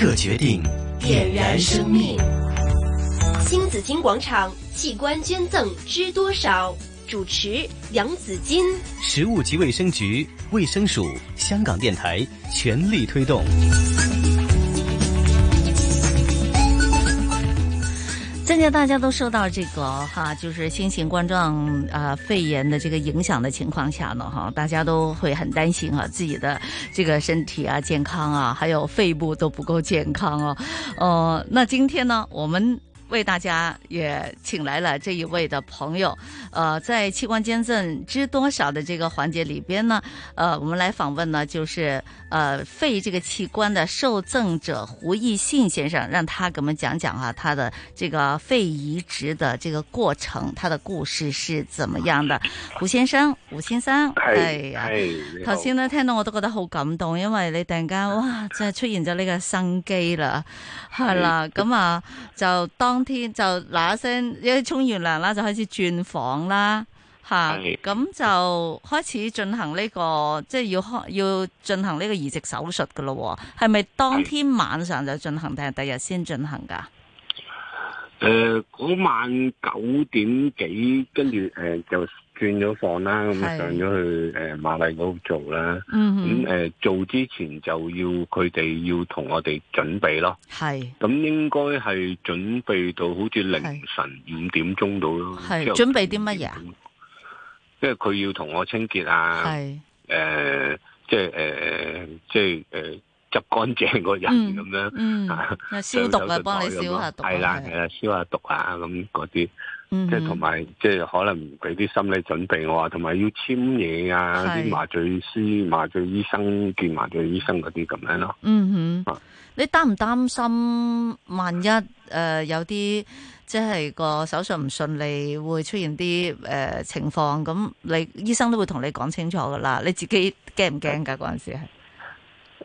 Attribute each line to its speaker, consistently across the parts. Speaker 1: 刻决定，
Speaker 2: 点燃生命。
Speaker 3: 新紫金广场器官捐赠知多少？主持杨紫金，
Speaker 1: 食物及卫生局、卫生署、香港电台全力推动。
Speaker 4: 现在大家都受到这个哈，就是新型冠状啊、呃、肺炎的这个影响的情况下呢，哈，大家都会很担心啊自己的这个身体啊健康啊，还有肺部都不够健康哦。呃，那今天呢，我们。为大家也请来了这一位的朋友，呃，在器官捐赠知多少的这个环节里边呢，呃，我们来访问呢，就是呃肺这个器官的受赠者胡义信先生，让他给我们讲讲啊他的这个肺移植的这个过程，他的故事是怎么样的。胡先生，胡先生，哎
Speaker 5: 係係
Speaker 4: 啊頭先咧聽到我都覺得好感動，因為你突然 間哇，真係出現咗呢個生機啦，係啦，咁啊就當天就嗱一聲一沖完涼啦，就開始轉房啦。吓，
Speaker 5: 係
Speaker 4: 咁就開始進行呢、個即係要開要進行呢個移植手術噶咯喎，係咪當天晚上就進行定係第日先進行㗎？
Speaker 5: 誒嗰、晚九點幾，跟住誒就轉咗房啦，咁啊
Speaker 4: 係
Speaker 5: 上咗去誒、呃、馬麗嗰度做啦。咁
Speaker 4: 嗯
Speaker 5: 誒、呃做之前就要佢哋要同我哋準備咯。
Speaker 4: 哼，
Speaker 5: 咁應該係準備到好似凌晨五點鐘到咯。
Speaker 4: 係
Speaker 5: 之後
Speaker 4: 準備啲乜嘢啊
Speaker 5: 五點鐘？即係佢要同我清潔啊，
Speaker 4: 係
Speaker 5: 誒、即係誒、呃即係誒執乾淨個人
Speaker 4: 嗯
Speaker 5: 咁樣。
Speaker 4: 嗯，有消毒啊，幫你消下毒啊，
Speaker 5: 系啦系
Speaker 4: 係
Speaker 5: 啦，消下毒啊咁嗰啲，
Speaker 4: 嗯
Speaker 5: 即
Speaker 4: 哼
Speaker 5: 係同埋即係可能俾啲心理準備我啊，同埋要簽嘢啊，
Speaker 4: 係
Speaker 5: 啲麻醉師、麻醉醫生見麻醉醫生嗰啲咁樣咯。
Speaker 4: 嗯哼
Speaker 5: 啊，
Speaker 4: 你擔唔擔心萬一誒、呃有啲即係個手術唔順利，會出現啲誒、呃情況？咁你醫生都會同你講清楚噶啦，你自己驚唔驚㗎？嗰陣時係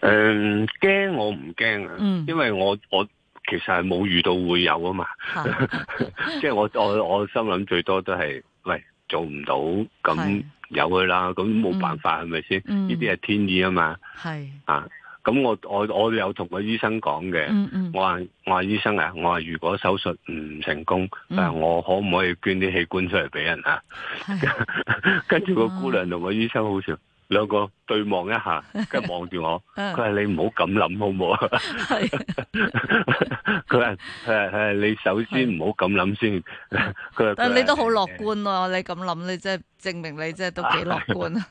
Speaker 5: 诶、驚我唔驚啊，
Speaker 4: 嗯
Speaker 5: 因為我我其實係冇遇到會有啊嘛，
Speaker 4: 嚇嗯
Speaker 5: 即係我我我心諗最多都係喂做唔到咁
Speaker 4: 係
Speaker 5: 有佢啦，咁冇辦法係咪先？
Speaker 4: 嗯
Speaker 5: 呢啲係天意啊嘛，
Speaker 4: 係
Speaker 5: 啊咁我我我有同個醫生講嘅。
Speaker 4: 嗯 嗯
Speaker 5: 我話我話醫生啊，我話如果手術唔成功，
Speaker 4: 嗯
Speaker 5: 誒我可唔可以捐啲器官出嚟俾人 啊？
Speaker 4: 係
Speaker 5: 跟住個姑娘同個醫生好笑，兩個對望一下，跟住望住 我，佢
Speaker 4: 嗯
Speaker 5: 話你唔好咁諗好唔好啊？
Speaker 4: 係
Speaker 5: 佢話佢話佢話你首先唔好咁諗先。 佢話
Speaker 4: 但你都好樂。觀喎、你咁諗，你真係證明你真係都幾樂觀啊！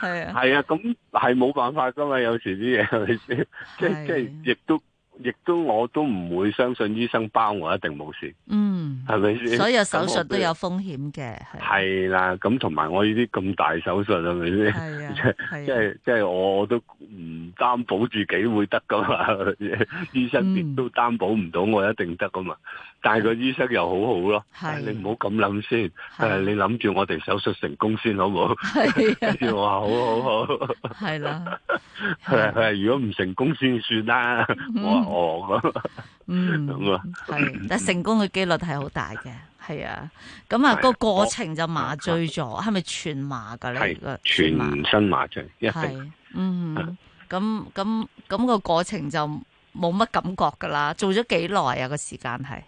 Speaker 4: 係啊，
Speaker 5: 係啊，咁係冇辦法噶嘛，有時啲嘢係咪 先？即係
Speaker 4: 係
Speaker 5: 即係亦都亦都我都唔會相信醫生包我一定冇事，
Speaker 4: 嗯，
Speaker 5: 係咪先？
Speaker 4: 所有手
Speaker 5: 咁
Speaker 4: 術
Speaker 5: 我
Speaker 4: 都有風險嘅，係
Speaker 5: 係啦，咁同埋我呢啲咁大手術係咪先？
Speaker 4: 係 啊，
Speaker 5: 即
Speaker 4: 係啊，
Speaker 5: 係即係我我都唔擔保自己會得噶嘛， 醫生
Speaker 4: 嗯
Speaker 5: 亦都擔保唔到我一定得噶嘛。但係個醫生又好好咯，
Speaker 4: 係
Speaker 5: 你唔好咁諗先，誒
Speaker 4: 係
Speaker 5: 你諗住我哋手術成功先 好唔好？
Speaker 4: 係啊
Speaker 5: 跟。住我話好好好，
Speaker 4: 系 啦，
Speaker 5: 佢話佢話如果唔成功先算啦。我話哦咁，
Speaker 4: 嗯，
Speaker 5: 咁啊
Speaker 4: 系，但成功嘅幾率係好大嘅，係啊，咁啊
Speaker 5: 係啊
Speaker 4: 個過程就麻醉咗，係咪全麻㗎咧？個
Speaker 5: 係全身麻醉一定。
Speaker 4: 係，嗯，咁咁咁個過程就冇乜感覺㗎啦，做咗幾耐啊？個時間係，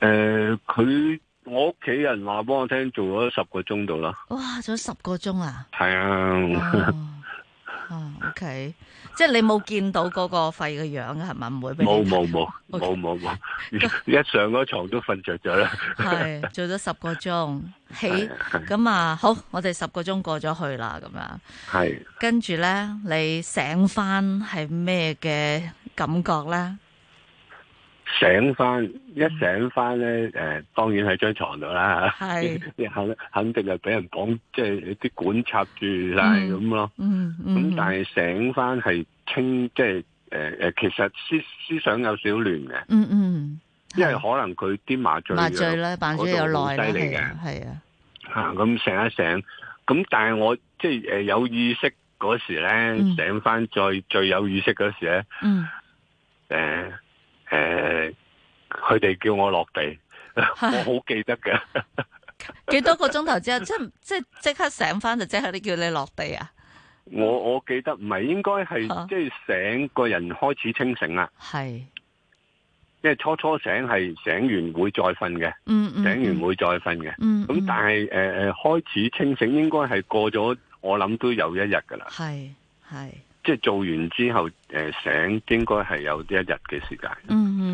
Speaker 5: 誒佢我屋企人話幫我聽做咗十個鐘度啦。
Speaker 4: 哇，做咗十個鐘啊！
Speaker 5: 係啊，
Speaker 4: 啊，OK，即係你冇見到嗰個肺嘅樣係咪？唔會俾你
Speaker 5: 冇
Speaker 4: 睇
Speaker 5: 冇冇
Speaker 4: OK
Speaker 5: 冇冇冇，一上嗰床都瞓着咗啦。
Speaker 4: 係做咗十個鐘起
Speaker 5: 係，係
Speaker 4: 咁啊好，我哋十個鐘過咗去啦，咁樣。
Speaker 5: 係
Speaker 4: 跟住咧，你醒翻係咩嘅感覺咧？
Speaker 5: 醒翻，一
Speaker 4: 嗯
Speaker 5: 醒翻咧，誒當然喺張床度啦。
Speaker 4: 係，
Speaker 5: 你肯肯定係俾人綁，即係啲管插住晒
Speaker 4: 嗯
Speaker 5: 咁咯。
Speaker 4: 嗯嗯
Speaker 5: 咁，但係醒翻係清，即係誒誒，其實思思想有少亂嘅，
Speaker 4: 嗯嗯，
Speaker 5: 因為可能佢啲麻醉
Speaker 4: 麻醉
Speaker 5: 藥
Speaker 4: 咧，麻醉有耐啦，
Speaker 5: 嗰度好犀利
Speaker 4: 係
Speaker 5: 嘅
Speaker 4: 啊係啊，
Speaker 5: 啊，咁醒一醒，咁但係我即係誒有意識嗰時咧
Speaker 4: 嗯，
Speaker 5: 醒翻再最有意識嗰時咧，
Speaker 4: 嗯，
Speaker 5: 誒誒，呃佢哋叫我落 地，我好記得嘅，
Speaker 4: 幾多個鐘頭之後，即係即係即刻醒翻就即刻你叫你落地啊？
Speaker 5: 我我記得唔係應該
Speaker 4: 啊
Speaker 5: 係即係醒個人開始清醒啦，啊
Speaker 4: 係，
Speaker 5: 因為初初醒係醒完會再瞓嘅，
Speaker 4: 嗯
Speaker 5: 醒
Speaker 4: 嗯，
Speaker 5: 完會再瞓嘅。
Speaker 4: 嗯，嗯，
Speaker 5: 咁但係誒誒開始清醒，應該係過咗我諗都有一日㗎啦。
Speaker 4: 係係，
Speaker 5: 即係做完之後誒、呃醒，應該係有一日嘅時間。
Speaker 4: 嗯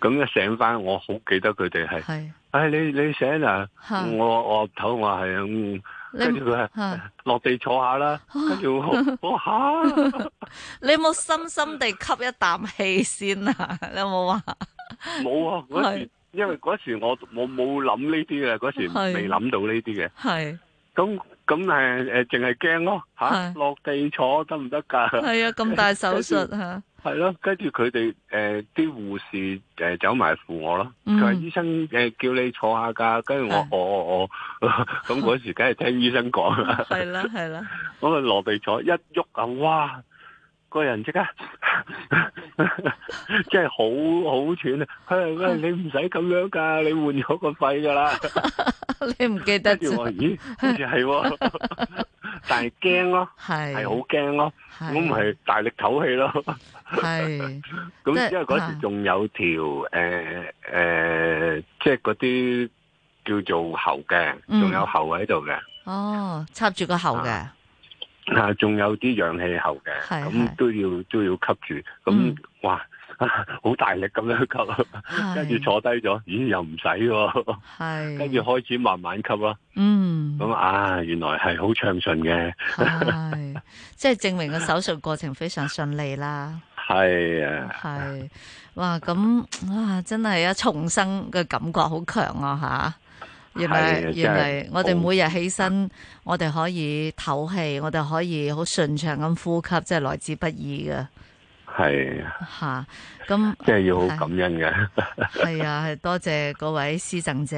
Speaker 5: 咁一醒翻，我好記得佢哋
Speaker 4: 哼，
Speaker 5: 係，
Speaker 4: 係
Speaker 5: 唉、你你醒啦、
Speaker 4: 嚇
Speaker 5: 我我岌頭我係啊嗯，跟住
Speaker 4: 你
Speaker 5: 佢係
Speaker 4: 嚇
Speaker 5: 落地坐下啦，
Speaker 4: 啊
Speaker 5: 跟住 我我嚇，
Speaker 4: 你有冇深深地吸一啖氣先啊？ 你有冇話
Speaker 5: 冇啊嗰
Speaker 4: 係
Speaker 5: 時，因為嗰時我我冇諗呢啲嘅，嗰時
Speaker 4: 係
Speaker 5: 未諗到呢啲嘅，
Speaker 4: 係
Speaker 5: 咁咁誒誒淨係驚咯嚇，
Speaker 4: 係
Speaker 5: 落地坐得唔 得㗎？
Speaker 4: 係啊？咁大手術 嚇，
Speaker 5: 係咯，跟住佢哋誒啲護士誒、呃走埋扶我咯，
Speaker 4: 嗯
Speaker 5: 佢話醫生誒、呃叫你坐下㗎，跟住我哦
Speaker 4: 係
Speaker 5: 我我我哦咁嗰時梗係聽醫生講啦，
Speaker 4: 係啦係啦，
Speaker 5: 咁啊落地坐一喐啊，哇！個人即刻 即係好好喘啊！ 佢話喂你唔使咁樣㗎，你換咗個肺㗎啦。
Speaker 4: 你唔記得
Speaker 5: 跟住我
Speaker 4: 咗
Speaker 5: 話咦，好似 係喎，但係驚咯，
Speaker 4: 係
Speaker 5: 係好驚咯，
Speaker 4: 係
Speaker 5: 咁咪大力唞氣咯。
Speaker 4: 係
Speaker 5: 咁
Speaker 4: 即係
Speaker 5: 因為嗰時
Speaker 4: 啊
Speaker 5: 仲有條誒誒，即係嗰啲叫做喉嘅，
Speaker 4: 嗯
Speaker 5: 仲有喉喺度嘅，
Speaker 4: 哦，插住個喉嘅，
Speaker 5: 啊，仲有啲氧氣喉嘅，
Speaker 4: 係係
Speaker 5: 咁都要都要吸住，
Speaker 4: 嗯
Speaker 5: 咁哇， 好大力咁樣吸，跟住
Speaker 4: 係
Speaker 5: 坐低咗，咦又唔使喎，
Speaker 4: 係
Speaker 5: 跟住開始慢慢吸啦，
Speaker 4: 嗯
Speaker 5: 咁啊原來係好暢順嘅，
Speaker 4: 係，即係證明個手術過程非常順利 啦。
Speaker 5: 係啊，
Speaker 4: 係，哇！咁哇，真係啊，重生嘅感覺好強啊吓！原來
Speaker 5: 係啊
Speaker 4: 原來
Speaker 5: 真係
Speaker 4: 我哋每日起身，我哋可以唞氣，我哋可以好順暢咁呼吸，真係來之不易嘅
Speaker 5: 係啊，
Speaker 4: 吓。咁
Speaker 5: 即係要好
Speaker 4: 係
Speaker 5: 感恩嘅，
Speaker 4: 係啊，係多謝嗰位施贈者。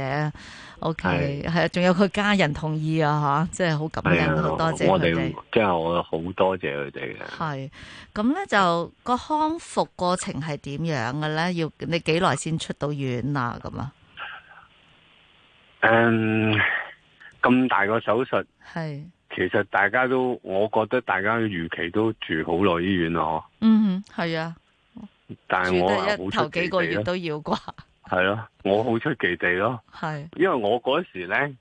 Speaker 4: OK，
Speaker 5: 係
Speaker 4: 係啊，仲有佢家人同意啊吓，真係好感
Speaker 5: 係
Speaker 4: 恩，
Speaker 5: 啊，
Speaker 4: 好多謝
Speaker 5: 我
Speaker 4: 佢
Speaker 5: 哋
Speaker 4: 哋。
Speaker 5: 即係我好多謝佢哋嘅。
Speaker 4: 係，咁咧就個康復過程係點樣嘅咧？要你幾耐先出到院啊？咁啊，
Speaker 5: 嗯，咁大個手術，
Speaker 4: 係，
Speaker 5: 其實大家都，我覺得大家預期都住好耐醫院咯，
Speaker 4: 嗯，係啊，
Speaker 5: 但係
Speaker 4: 住
Speaker 5: 我係
Speaker 4: 得
Speaker 5: 好
Speaker 4: 一
Speaker 5: 出
Speaker 4: 頭
Speaker 5: 奇
Speaker 4: 幾
Speaker 5: 地
Speaker 4: 個月
Speaker 5: 咯，
Speaker 4: 都要啩，
Speaker 5: 係咯，我好出奇地咯，
Speaker 4: 係，
Speaker 5: 因為我嗰時咧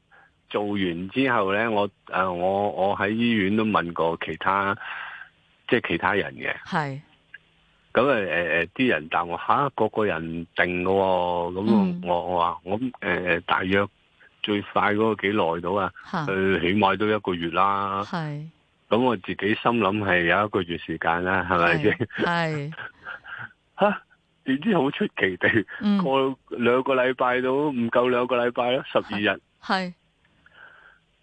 Speaker 5: 做完之後咧，我誒、呃我我喺醫院都問過其他，即係其他人嘅，
Speaker 4: 係，
Speaker 5: 咁啊誒誒誒啲人答我吓，個個人定嘅喎、咁我、
Speaker 4: 嗯
Speaker 5: 我我話我誒、呃、大約最快嗰個幾耐到啊？
Speaker 4: 吓，
Speaker 5: 佢起碼都一個月啦。
Speaker 4: 係，
Speaker 5: 咁我自己心諗係有一個月時間啦，係咪
Speaker 4: 係
Speaker 5: 先？，
Speaker 4: 係，
Speaker 5: 吓， 點知好出奇地，
Speaker 4: 嗯，
Speaker 5: 過兩個禮拜都唔夠兩個禮拜啦，十二日。
Speaker 4: 係，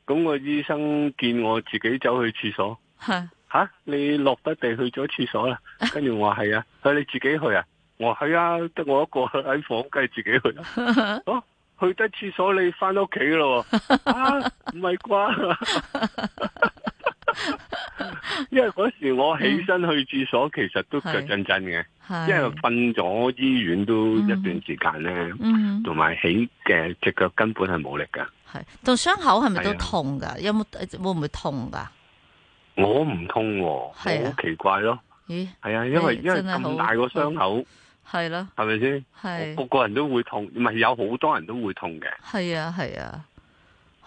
Speaker 5: 咁個醫生見我自己走去廁所，
Speaker 4: 係，
Speaker 5: 吓、你落得地去咗廁所啦？跟住我話係啊，佢話你自己去啊？我話係啊，得我一個喺房，梗係自己去啦。哦，去得廁所你翻屋企咯喎？啊，唔係啩？ 因為嗰時我起身去廁所，其實都腳震震嘅，
Speaker 4: 係，
Speaker 5: 因為瞓咗醫院都一段時間咧，
Speaker 4: 嗯，
Speaker 5: 同埋起嘅隻腳根本係冇力噶。
Speaker 4: 係，到傷口係咪都
Speaker 5: 係啊
Speaker 4: 痛噶？有冇呃會唔會痛噶？
Speaker 5: 我唔痛喎，我
Speaker 4: 係啊
Speaker 5: 好奇怪咯。
Speaker 4: 咦，
Speaker 5: 係啊，因為
Speaker 4: 你
Speaker 5: 因為
Speaker 4: 真係好
Speaker 5: 咁大個傷口，
Speaker 4: 係咯，
Speaker 5: 係咪先？
Speaker 4: 係，
Speaker 5: 個個人都會痛，唔係有好多人都會痛嘅。
Speaker 4: 係啊，係啊，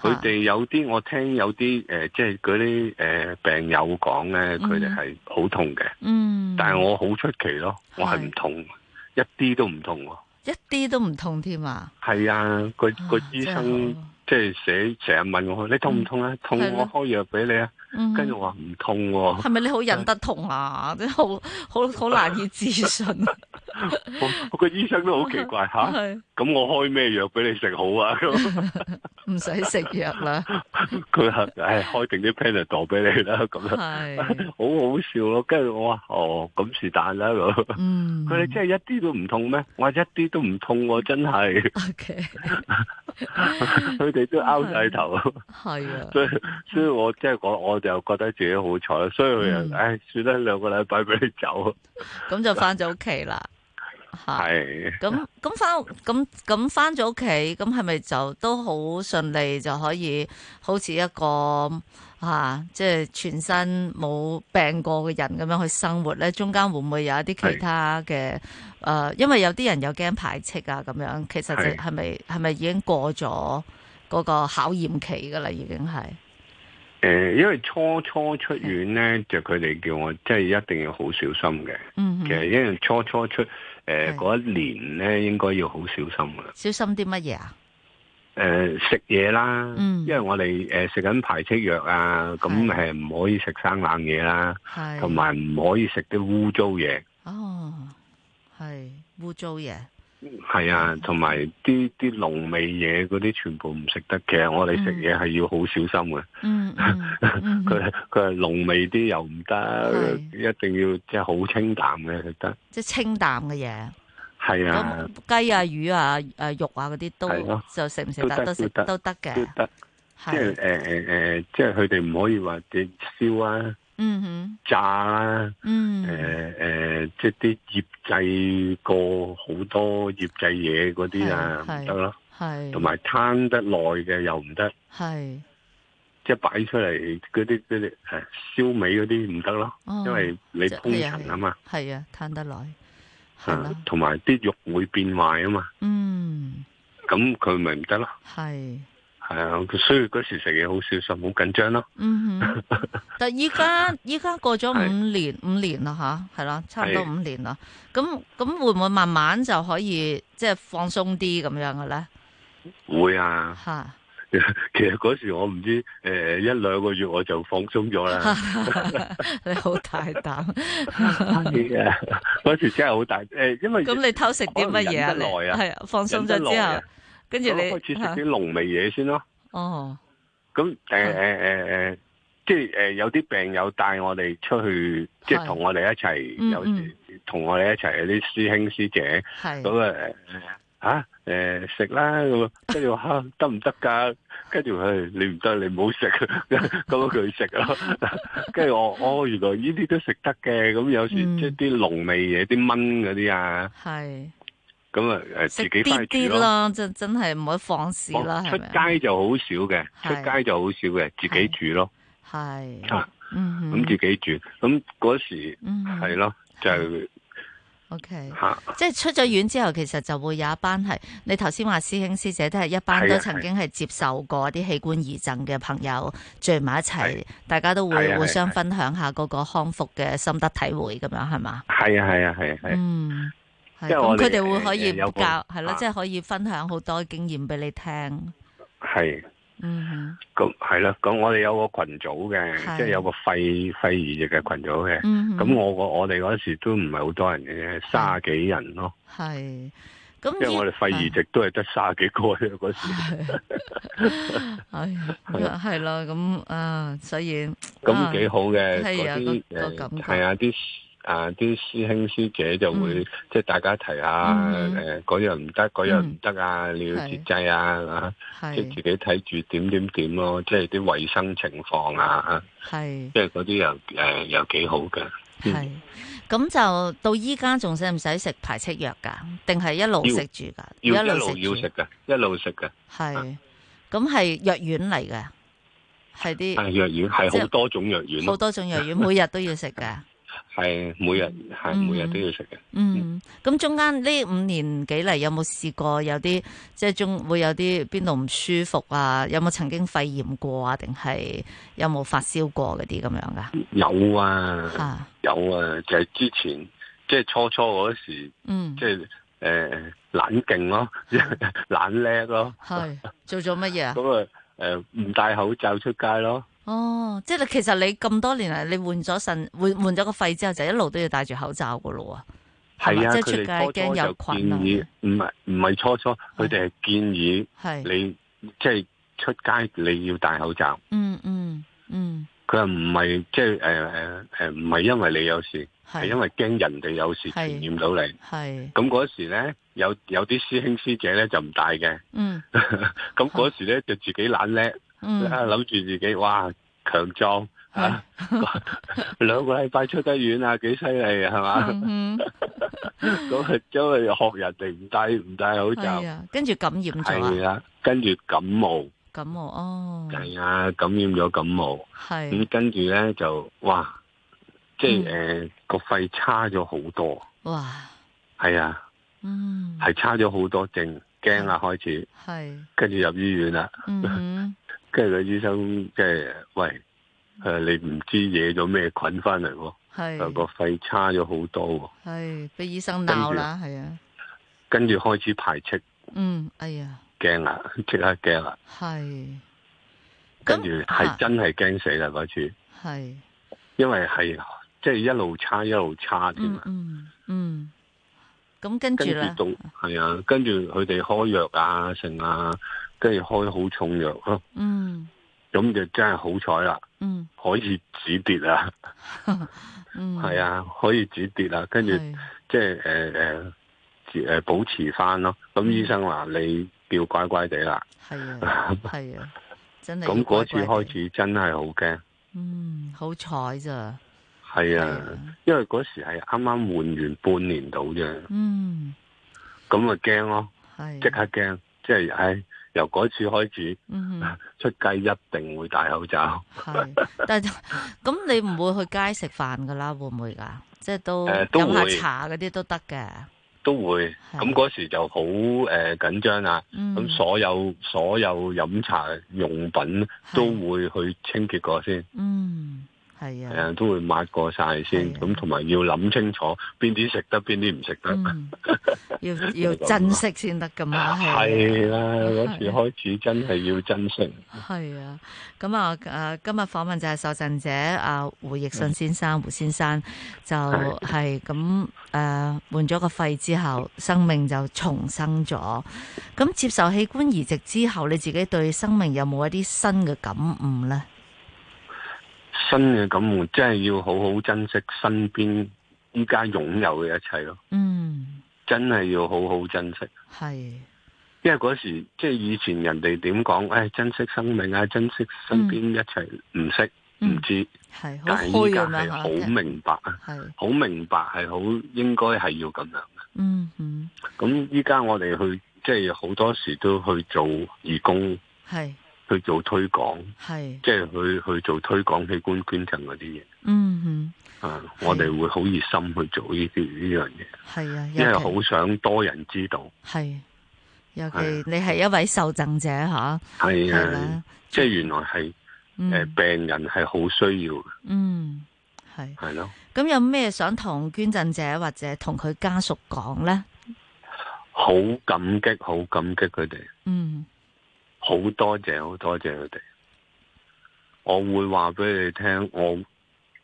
Speaker 5: 佢哋有啲我聽有啲誒、呃即係嗰啲誒病友講咧，佢哋係好痛嘅。
Speaker 4: 嗯，
Speaker 5: 但係我好出奇咯，我係
Speaker 4: 係
Speaker 5: 唔痛，一啲都唔痛喎。
Speaker 4: 一啲都唔痛添啊！
Speaker 5: 係啊，個個
Speaker 4: 啊
Speaker 5: 醫
Speaker 4: 真係
Speaker 5: 生
Speaker 4: 好
Speaker 5: 即係寫成日問我，你痛唔痛啊？痛
Speaker 4: 係咯
Speaker 5: 我開藥俾你啊。
Speaker 4: 嗯
Speaker 5: 跟住我話唔痛喎，
Speaker 4: 係咪你好忍得痛啊？ 真係好好好難以置 信。
Speaker 5: 我個醫生都好奇 怪吓，
Speaker 4: 係
Speaker 5: 咁我開咩藥俾你食好啊？咁
Speaker 4: 唔使食藥 啦，
Speaker 5: 佢話唉開定啲 Panadol 俾你啦， 咁樣
Speaker 4: 係
Speaker 5: 好好笑咯。跟住我話哦咁是但啦咁。
Speaker 4: 嗯，
Speaker 5: 佢哋真係一啲都唔痛咩？我話一啲都唔痛喎，真 係
Speaker 4: OK
Speaker 5: 佢哋都拗晒頭。
Speaker 4: 係啊，
Speaker 5: 所以 所以我即係我我就覺得自己好彩，所以佢
Speaker 4: 嗯
Speaker 5: 又唉算啦，兩個禮拜俾你走，
Speaker 4: 咁就翻咗屋企啦。
Speaker 5: 啊
Speaker 4: 吓
Speaker 5: 係
Speaker 4: 咁咁翻咁咁翻咗屋企，咁係咪就都好順利就可以好似一個啊，即係全身冇病過嘅人咁樣去生活咧，中間會唔會有一啲其他嘅誒、呃因為有啲人有驚排斥啊咁樣，其實
Speaker 5: 係
Speaker 4: 就係咪係咪已經過咗嗰個考驗期㗎啦？已經係
Speaker 5: 诶，因為初初出院咧，就佢哋叫我即係一定要好小心嘅。
Speaker 4: 嗯
Speaker 5: 其
Speaker 4: 哼，
Speaker 5: 實因為初初出诶
Speaker 4: 係
Speaker 5: 嗰、一年咧，應該要好小心噶。
Speaker 4: 小心啲乜嘢啊？
Speaker 5: 诶、呃食嘢啦，
Speaker 4: 嗯
Speaker 5: 因為我哋诶食緊排斥藥啊，咁
Speaker 4: 係
Speaker 5: 係唔可以食生冷嘢啦，
Speaker 4: 係啊
Speaker 5: 同埋唔可以食啲污糟嘢。
Speaker 4: 哦，係污糟嘢，
Speaker 5: 係啊，同埋啲啲濃味嘢嗰啲全部唔食得。其實我哋食嘢係要好小心嘅。
Speaker 4: 嗯嗯嗯
Speaker 5: 佢佢係濃味啲又唔得，
Speaker 4: 係
Speaker 5: 一定要即係好清淡嘅食得。
Speaker 4: 即係清淡嘅嘢。
Speaker 5: 係啊
Speaker 4: 咁，雞啊、魚啊、誒肉啊嗰啲都
Speaker 5: 係咯
Speaker 4: 就食唔食
Speaker 5: 都
Speaker 4: 得
Speaker 5: 得
Speaker 4: 都食
Speaker 5: 都得
Speaker 4: 都得
Speaker 5: 都
Speaker 4: 嘅，
Speaker 5: 得。即係
Speaker 4: 係
Speaker 5: 诶诶诶，誒即係佢哋唔可以話你燒啊、
Speaker 4: 嗯哼
Speaker 5: 炸啊、诶、
Speaker 4: 嗯
Speaker 5: 诶、呃即係啲醃製過好多醃製嘢嗰啲啊，
Speaker 4: 係
Speaker 5: 唔得咯。同
Speaker 4: 係
Speaker 5: 埋攤得耐嘅又唔得，
Speaker 4: 係
Speaker 5: 即係擺出嚟嗰啲嗰啲诶燒味嗰啲唔得咯，
Speaker 4: 哦，
Speaker 5: 因為你
Speaker 4: 即係
Speaker 5: 通塵啊嘛，
Speaker 4: 係啊攤得耐係
Speaker 5: 啊
Speaker 4: 啦，
Speaker 5: 同埋啲肉會變壞啊嘛，
Speaker 4: 嗯
Speaker 5: 咁佢咪唔得咯。
Speaker 4: 係
Speaker 5: 系啊，所以嗰時食嘢好小心，好緊張咯。
Speaker 4: 嗯 哼，但依家依家過咗
Speaker 5: 係
Speaker 4: 五年五年啦吓，係啦，差唔多
Speaker 5: 係
Speaker 4: 五年啦，咁咁會唔會慢慢就可以即係放鬆啲咁樣嘅咧
Speaker 5: 會啊，
Speaker 4: 嚇？
Speaker 5: 其實嗰時我唔知诶、誒一兩個月我就放鬆咗 啦。
Speaker 4: 你好大膽，
Speaker 5: 係啊，嗰時真係好大诶、因為
Speaker 4: 咁你偷食啲乜嘢啊？
Speaker 5: 可能忍得耐
Speaker 4: 你
Speaker 5: 啊
Speaker 4: 係啊，放鬆咗
Speaker 5: 忍得
Speaker 4: 之
Speaker 5: 耐
Speaker 4: 後
Speaker 5: 啊，
Speaker 4: 跟住
Speaker 5: 咁
Speaker 4: 你啊
Speaker 5: 開始食
Speaker 4: 嚇
Speaker 5: 啲濃味嘢先咯。
Speaker 4: 哦，
Speaker 5: 咁诶诶诶诶，即係诶、誒有啲病友帶我哋出去，即係
Speaker 4: 係
Speaker 5: 同我哋一
Speaker 4: 嗯
Speaker 5: 齊，有時同我哋一齊有啲師兄師姐。
Speaker 4: 係
Speaker 5: 咁啊誒嚇誒食啦 咁啊，跟住話嚇得唔得㗎？跟住佢你唔得，你唔好食， 咁佢食咯。 跟住我哦，原來呢啲都食得嘅，咁有時
Speaker 4: 嗯
Speaker 5: 即係啲濃味嘢、啲蚊嗰啲啊，
Speaker 4: 係
Speaker 5: 咁啊誒
Speaker 4: 食
Speaker 5: 自己
Speaker 4: 啲
Speaker 5: 翻去
Speaker 4: 啲
Speaker 5: 煮咯。
Speaker 4: 啦，真真係唔可以放肆啦，
Speaker 5: 哦出
Speaker 4: 係咪啊？
Speaker 5: 街就好少嘅，出
Speaker 4: 係
Speaker 5: 街就好少嘅，自己煮咯，
Speaker 4: 係
Speaker 5: 啊，
Speaker 4: 嗯哼
Speaker 5: 咁自己煮，咁嗰時
Speaker 4: 嗯哼
Speaker 5: 係咯，就
Speaker 4: ，OK，
Speaker 5: 嚇
Speaker 4: 即係出咗院之後，其實就會有一班係你頭先話師兄師姐都係一班
Speaker 5: 係啊
Speaker 4: 都
Speaker 5: 係
Speaker 4: 曾經係接受過啲器官移植嘅朋友聚埋一齊
Speaker 5: 係，
Speaker 4: 大家都
Speaker 5: 係啊
Speaker 4: 會
Speaker 5: 係啊
Speaker 4: 互相分享下嗰個康復嘅心得體會咁樣係嘛？
Speaker 5: 係啊係啊係啊係啊。
Speaker 4: 嗯，系
Speaker 5: 即係
Speaker 4: 咁
Speaker 5: 我哋
Speaker 4: 佢哋會可以
Speaker 5: 誒有個
Speaker 4: 教，係咯，
Speaker 5: 啊
Speaker 4: 即係可以分享好多經驗俾你聽。
Speaker 5: 係
Speaker 4: 嗯
Speaker 5: 咁係啦，咁我哋有個群組
Speaker 4: 係
Speaker 5: 嘅，即係有個肺肺移植嘅群組嘅。
Speaker 4: 嗯哼，
Speaker 5: 咁我個我哋嗰時都唔係好多人嘅啫，卅幾人咯。
Speaker 4: 系咁
Speaker 5: 因為我哋肺移
Speaker 4: 而
Speaker 5: 植都係得卅幾個啫嗰時。
Speaker 4: 係啊係咯，咁啊，所以
Speaker 5: 咁幾好嘅
Speaker 4: 啊係啊
Speaker 5: 嗰啲
Speaker 4: 個個
Speaker 5: 誒
Speaker 4: 感覺
Speaker 5: 係啊啲。啊！啲師兄師姐就會、
Speaker 4: 嗯
Speaker 5: 即係大家提下
Speaker 4: 嗯
Speaker 5: 誒嗰樣唔得，嗰樣唔得啊！你要
Speaker 4: 係
Speaker 5: 節制啊，啊即係自
Speaker 4: 係
Speaker 5: 己睇住點點點咯，即係啲衞生情況啊，
Speaker 4: 係
Speaker 5: 即係嗰啲又誒又幾好嘅。嗯
Speaker 4: 係咁就到依家仲使唔使食排斥藥㗎？定係一路
Speaker 5: 要
Speaker 4: 食住㗎？
Speaker 5: 要一
Speaker 4: 路
Speaker 5: 路要
Speaker 4: 住
Speaker 5: 食嘅，一路食嘅。
Speaker 4: 係咁係藥丸嚟嘅，係
Speaker 5: 但
Speaker 4: 啲
Speaker 5: 係啊藥丸
Speaker 4: 即
Speaker 5: 係
Speaker 4: 係
Speaker 5: 好多種藥丸
Speaker 4: 好
Speaker 5: 咯，
Speaker 4: 多種藥丸，每日都要食㗎。
Speaker 5: 係每日係
Speaker 4: 嗯
Speaker 5: 每日都要食嘅。
Speaker 4: 嗯，咁中間呢五年幾嚟有冇試過有啲即係中會有啲邊度唔舒服啊？有冇曾經肺炎過啊？定係有冇發燒過嗰啲咁樣噶？
Speaker 5: 嗯有啊，
Speaker 4: 啊，
Speaker 5: 有啊，就係之前即係初初嗰時，
Speaker 4: 嗯
Speaker 5: 即，係誒懶勁咯， 懶叻咯，
Speaker 4: 係做咗乜 嘢啊？
Speaker 5: 咁啊誒唔戴口罩出街咯，
Speaker 4: 哦，即係你其實你咁多年嚟，你換咗腎換換咗個肺之後，就一路都要戴住口罩噶咯喎。係
Speaker 5: 係
Speaker 4: 嘛
Speaker 5: 啊，
Speaker 4: 即係
Speaker 5: 佢
Speaker 4: 出
Speaker 5: 哋初
Speaker 4: 街驚
Speaker 5: 初就
Speaker 4: 有
Speaker 5: 建
Speaker 4: 菌啊啊
Speaker 5: 議，唔係唔係初初，佢哋係建議
Speaker 4: 係，
Speaker 5: 你即係出街你要戴口罩，
Speaker 4: 嗯嗯嗯，
Speaker 5: 佢話唔係即係誒誒誒唔係因為你有事。係啊因
Speaker 4: 係
Speaker 5: 為驚人哋有時
Speaker 4: 係
Speaker 5: 傳染到你。
Speaker 4: 係，
Speaker 5: 咁嗰時咧，有有啲師兄師姐咧就唔戴嘅，
Speaker 4: 嗯
Speaker 5: 咁嗰時咧就自己懶叻，
Speaker 4: 嗯，
Speaker 5: 啊諗住自己哇強壯
Speaker 4: 係
Speaker 5: 啊，兩個禮拜出得遠啊，幾犀利係嘛？
Speaker 4: 嗯哼
Speaker 5: 咁啊，因為學人哋唔戴唔戴口罩
Speaker 4: à, 係，啊，跟住感染咗啊
Speaker 5: 係。啦，跟住感冒
Speaker 4: 感冒哦，
Speaker 5: 係啊，感染咗感冒，
Speaker 4: 係
Speaker 5: 咁跟住咧就哇，即係
Speaker 4: 嗯
Speaker 5: 诶個肺差咗好多，
Speaker 4: 哇，
Speaker 5: 係啊，
Speaker 4: 嗯，
Speaker 5: 係差咗好多症，驚啦開始，
Speaker 4: 係，
Speaker 5: 跟住入醫院啦，
Speaker 4: 嗯哼，
Speaker 5: 跟住個醫生即係喂，诶、你唔知惹咗咩菌翻嚟喎，個
Speaker 4: 係
Speaker 5: 個肺差咗好多喎，
Speaker 4: 係俾醫生鬧啦，係啊，
Speaker 5: 跟住開始排斥，
Speaker 4: 嗯，哎呀，
Speaker 5: 驚啦，即刻驚啊啦，
Speaker 4: 係，
Speaker 5: 跟住
Speaker 4: 咁
Speaker 5: 係
Speaker 4: 啊
Speaker 5: 真係驚死啦嗰次，
Speaker 4: 係，
Speaker 5: 因為係即係一路差一路差添
Speaker 4: 嗯
Speaker 5: 啊。
Speaker 4: 嗯嗯，咁跟住
Speaker 5: 跟
Speaker 4: 咧
Speaker 5: 住，仲係啊，跟住佢哋開藥啊，成啊，跟住開好重藥咯，
Speaker 4: 嗯
Speaker 5: 咁就真係好彩啦，
Speaker 4: 嗯
Speaker 5: 可以止跌啊，
Speaker 4: 嗯，
Speaker 5: 係，啊，可以止跌啊，跟住
Speaker 4: 係
Speaker 5: 即係诶诶诶，呃保持翻咯。咁醫生話你要乖乖地啦，
Speaker 4: 係啊係啊，真係
Speaker 5: 咁
Speaker 4: 要
Speaker 5: 嗰
Speaker 4: 乖
Speaker 5: 次
Speaker 4: 乖地
Speaker 5: 開，始真係好驚，
Speaker 4: 嗯，好彩咋，
Speaker 5: 係
Speaker 4: 係
Speaker 5: 啊
Speaker 4: 啊，
Speaker 5: 因為嗰時係啱啱換完半年到啫，
Speaker 4: 嗯，
Speaker 5: 咁咪驚咯，
Speaker 4: 係，
Speaker 5: 即刻驚，即係唉，由嗰次開始
Speaker 4: 嗯哼。
Speaker 5: 出街一定會戴口罩。
Speaker 4: 系，但系
Speaker 5: 嗯
Speaker 4: 咁你唔會去街食飯噶啦，會唔會噶？即係都
Speaker 5: 誒都
Speaker 4: 飲
Speaker 5: 會
Speaker 4: 下茶嗰啲都得嘅。
Speaker 5: 都會，
Speaker 4: 係
Speaker 5: 咁嗰時就好誒緊張啦。
Speaker 4: 嗯，
Speaker 5: 咁、所有所有飲茶用品都會去清潔過先，
Speaker 4: 嗯係
Speaker 5: 誒、
Speaker 4: 啊，
Speaker 5: 都會抹過晒先。
Speaker 4: 係啊
Speaker 5: 咁同埋要諗清楚邊啲食得，邊啲唔食得。
Speaker 4: 嗯， 要要珍惜先得噶嘛，
Speaker 5: 係啊啦，
Speaker 4: 係啊
Speaker 5: 嗰時開始真係要珍惜。
Speaker 4: 係啊，咁啊，誒，今日訪問就係受贈者啊，胡奕信先生，胡先生就係咁誒，換咗個肺之後，生命就重生咗。咁接受器官移植之後，你自己對生命有冇一啲新嘅感悟咧？
Speaker 5: 新嘅感悟真係要好好珍惜身邊依家擁有嘅一切咯，
Speaker 4: 嗯，
Speaker 5: 真係要好好珍惜。
Speaker 4: 係，
Speaker 5: 因為嗰時即係以前人哋點講，誒、珍惜生命啊，珍惜身邊一切，唔識唔
Speaker 4: 嗯，
Speaker 5: 知。
Speaker 4: 係好啊
Speaker 5: 但係
Speaker 4: 虛
Speaker 5: 依家
Speaker 4: 咁
Speaker 5: 係
Speaker 4: 樣
Speaker 5: 好
Speaker 4: 嚇，
Speaker 5: 明白啊，
Speaker 4: 係，
Speaker 5: 好明白係好應該係要咁樣嘅。
Speaker 4: 嗯嗯，
Speaker 5: 咁依家我哋去即係好多時都去做義工，
Speaker 4: 係
Speaker 5: 去做推廣，
Speaker 4: 係，
Speaker 5: 即係去去做推廣器官捐贈嗰啲嘢
Speaker 4: 嗯
Speaker 5: 啊。我哋會好熱心去做呢啲呢樣嘢，
Speaker 4: 嗯，係啊，
Speaker 5: 因為
Speaker 4: 尤其
Speaker 5: 好想多人知道。
Speaker 4: 係，尤其
Speaker 5: 係啊
Speaker 4: 你係一位受贈者嚇，
Speaker 5: 係
Speaker 4: 係
Speaker 5: 啊，
Speaker 4: 啦，
Speaker 5: 即係原來係誒
Speaker 4: 嗯
Speaker 5: 病人係好需要嘅，
Speaker 4: 嗯，係。
Speaker 5: 係咯。
Speaker 4: 咁有咩想同捐贈者或者同佢家屬講咧？
Speaker 5: 好感激，好感激佢哋。
Speaker 4: 嗯
Speaker 5: 好多謝好多謝佢哋。我會話俾你聽，我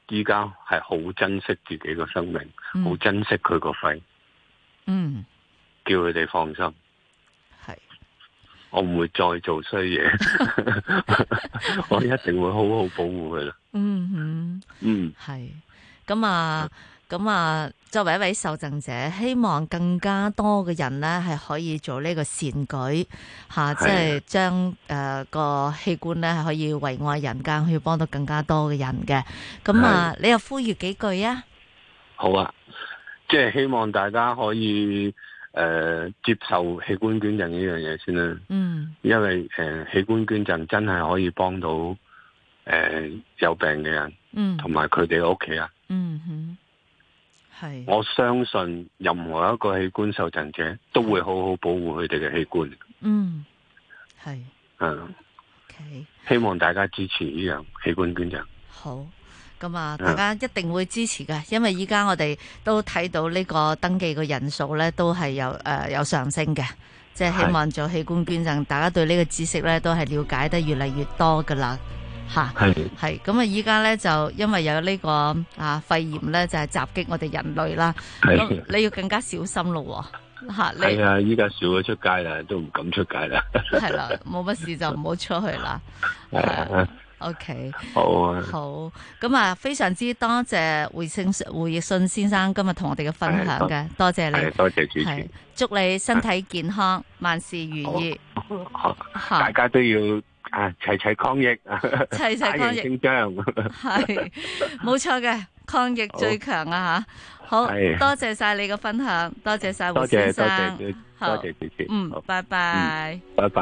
Speaker 5: 依家係好珍惜自己個生命，好
Speaker 4: 嗯
Speaker 5: 珍惜佢個肺，
Speaker 4: 嗯，
Speaker 5: 叫佢哋放心，
Speaker 4: 係
Speaker 5: 我唔會再做衰嘢， 我一定會好好保護佢啦。
Speaker 4: 嗯哼。
Speaker 5: 嗯，
Speaker 4: 系，咁啊，咁啊，作為一位受贈者，希望更加多嘅人呢係可以做呢個善舉，吓、
Speaker 5: 係啊
Speaker 4: 即係將诶個器官呢係可以為愛人間，可以幫到更加多嘅人嘅。咁啊，你又呼籲幾句啊？
Speaker 5: 好啊，即係希望大家可以诶、呃接受器官捐贈呢樣嘢先啦，
Speaker 4: 嗯，
Speaker 5: 因為诶、呃器官捐贈真係可以幫到诶、呃有病嘅人
Speaker 4: 嗯，
Speaker 5: 同埋佢哋嘅屋企人。
Speaker 4: 嗯哼，係，
Speaker 5: 我相信任何一個器官受贈者都會好好保護佢哋嘅器官。
Speaker 4: 嗯，係
Speaker 5: 嗯，
Speaker 4: ，OK。
Speaker 5: 希望大家支持呢樣器官捐贈。
Speaker 4: 好。咁啊，
Speaker 5: 嗯
Speaker 4: 大家一定會支持嘅，因為依家我哋都睇到呢個登記嘅人數咧，都係有誒、呃有上升嘅，即係希
Speaker 5: 係
Speaker 4: 望做器官捐贈，大家對呢個知識咧都係了解得越嚟越多噶啦，嚇、
Speaker 5: 係
Speaker 4: 係咁啊！依家咧就因為有呢、個啊肺炎咧，就係、襲擊我哋人類啦，咁你要更加小心咯喎、嚇你
Speaker 5: 係啊！依家少咗出街啦，都唔敢出街 啦。
Speaker 4: 係啦，冇乜事就唔好出去啦。
Speaker 5: 係
Speaker 4: 係
Speaker 5: 啊
Speaker 4: OK。
Speaker 5: 好啊，
Speaker 4: 好，咁啊，非常之多謝胡勝胡奕信先生今日同我哋嘅分享嘅，多謝
Speaker 5: 係
Speaker 4: 你，
Speaker 5: 多謝主
Speaker 4: 係
Speaker 5: 持，
Speaker 4: 祝你身體健康，萬事如意，
Speaker 5: 好
Speaker 4: 吓
Speaker 5: 大，家都要啊齊齊抗疫，
Speaker 4: 齊
Speaker 5: 打
Speaker 4: 齊抗
Speaker 5: 贏
Speaker 4: 疫，
Speaker 5: 勝仗。
Speaker 4: 係冇錯嘅，抗疫最強啊吓，好
Speaker 5: 係
Speaker 4: 多謝晒你嘅分享，多謝晒胡
Speaker 5: 多
Speaker 4: 先
Speaker 5: 謝多
Speaker 4: 生
Speaker 5: 謝，
Speaker 4: 好
Speaker 5: 多謝主持，
Speaker 4: 嗯
Speaker 5: 好，
Speaker 4: 拜拜。
Speaker 5: 拜拜。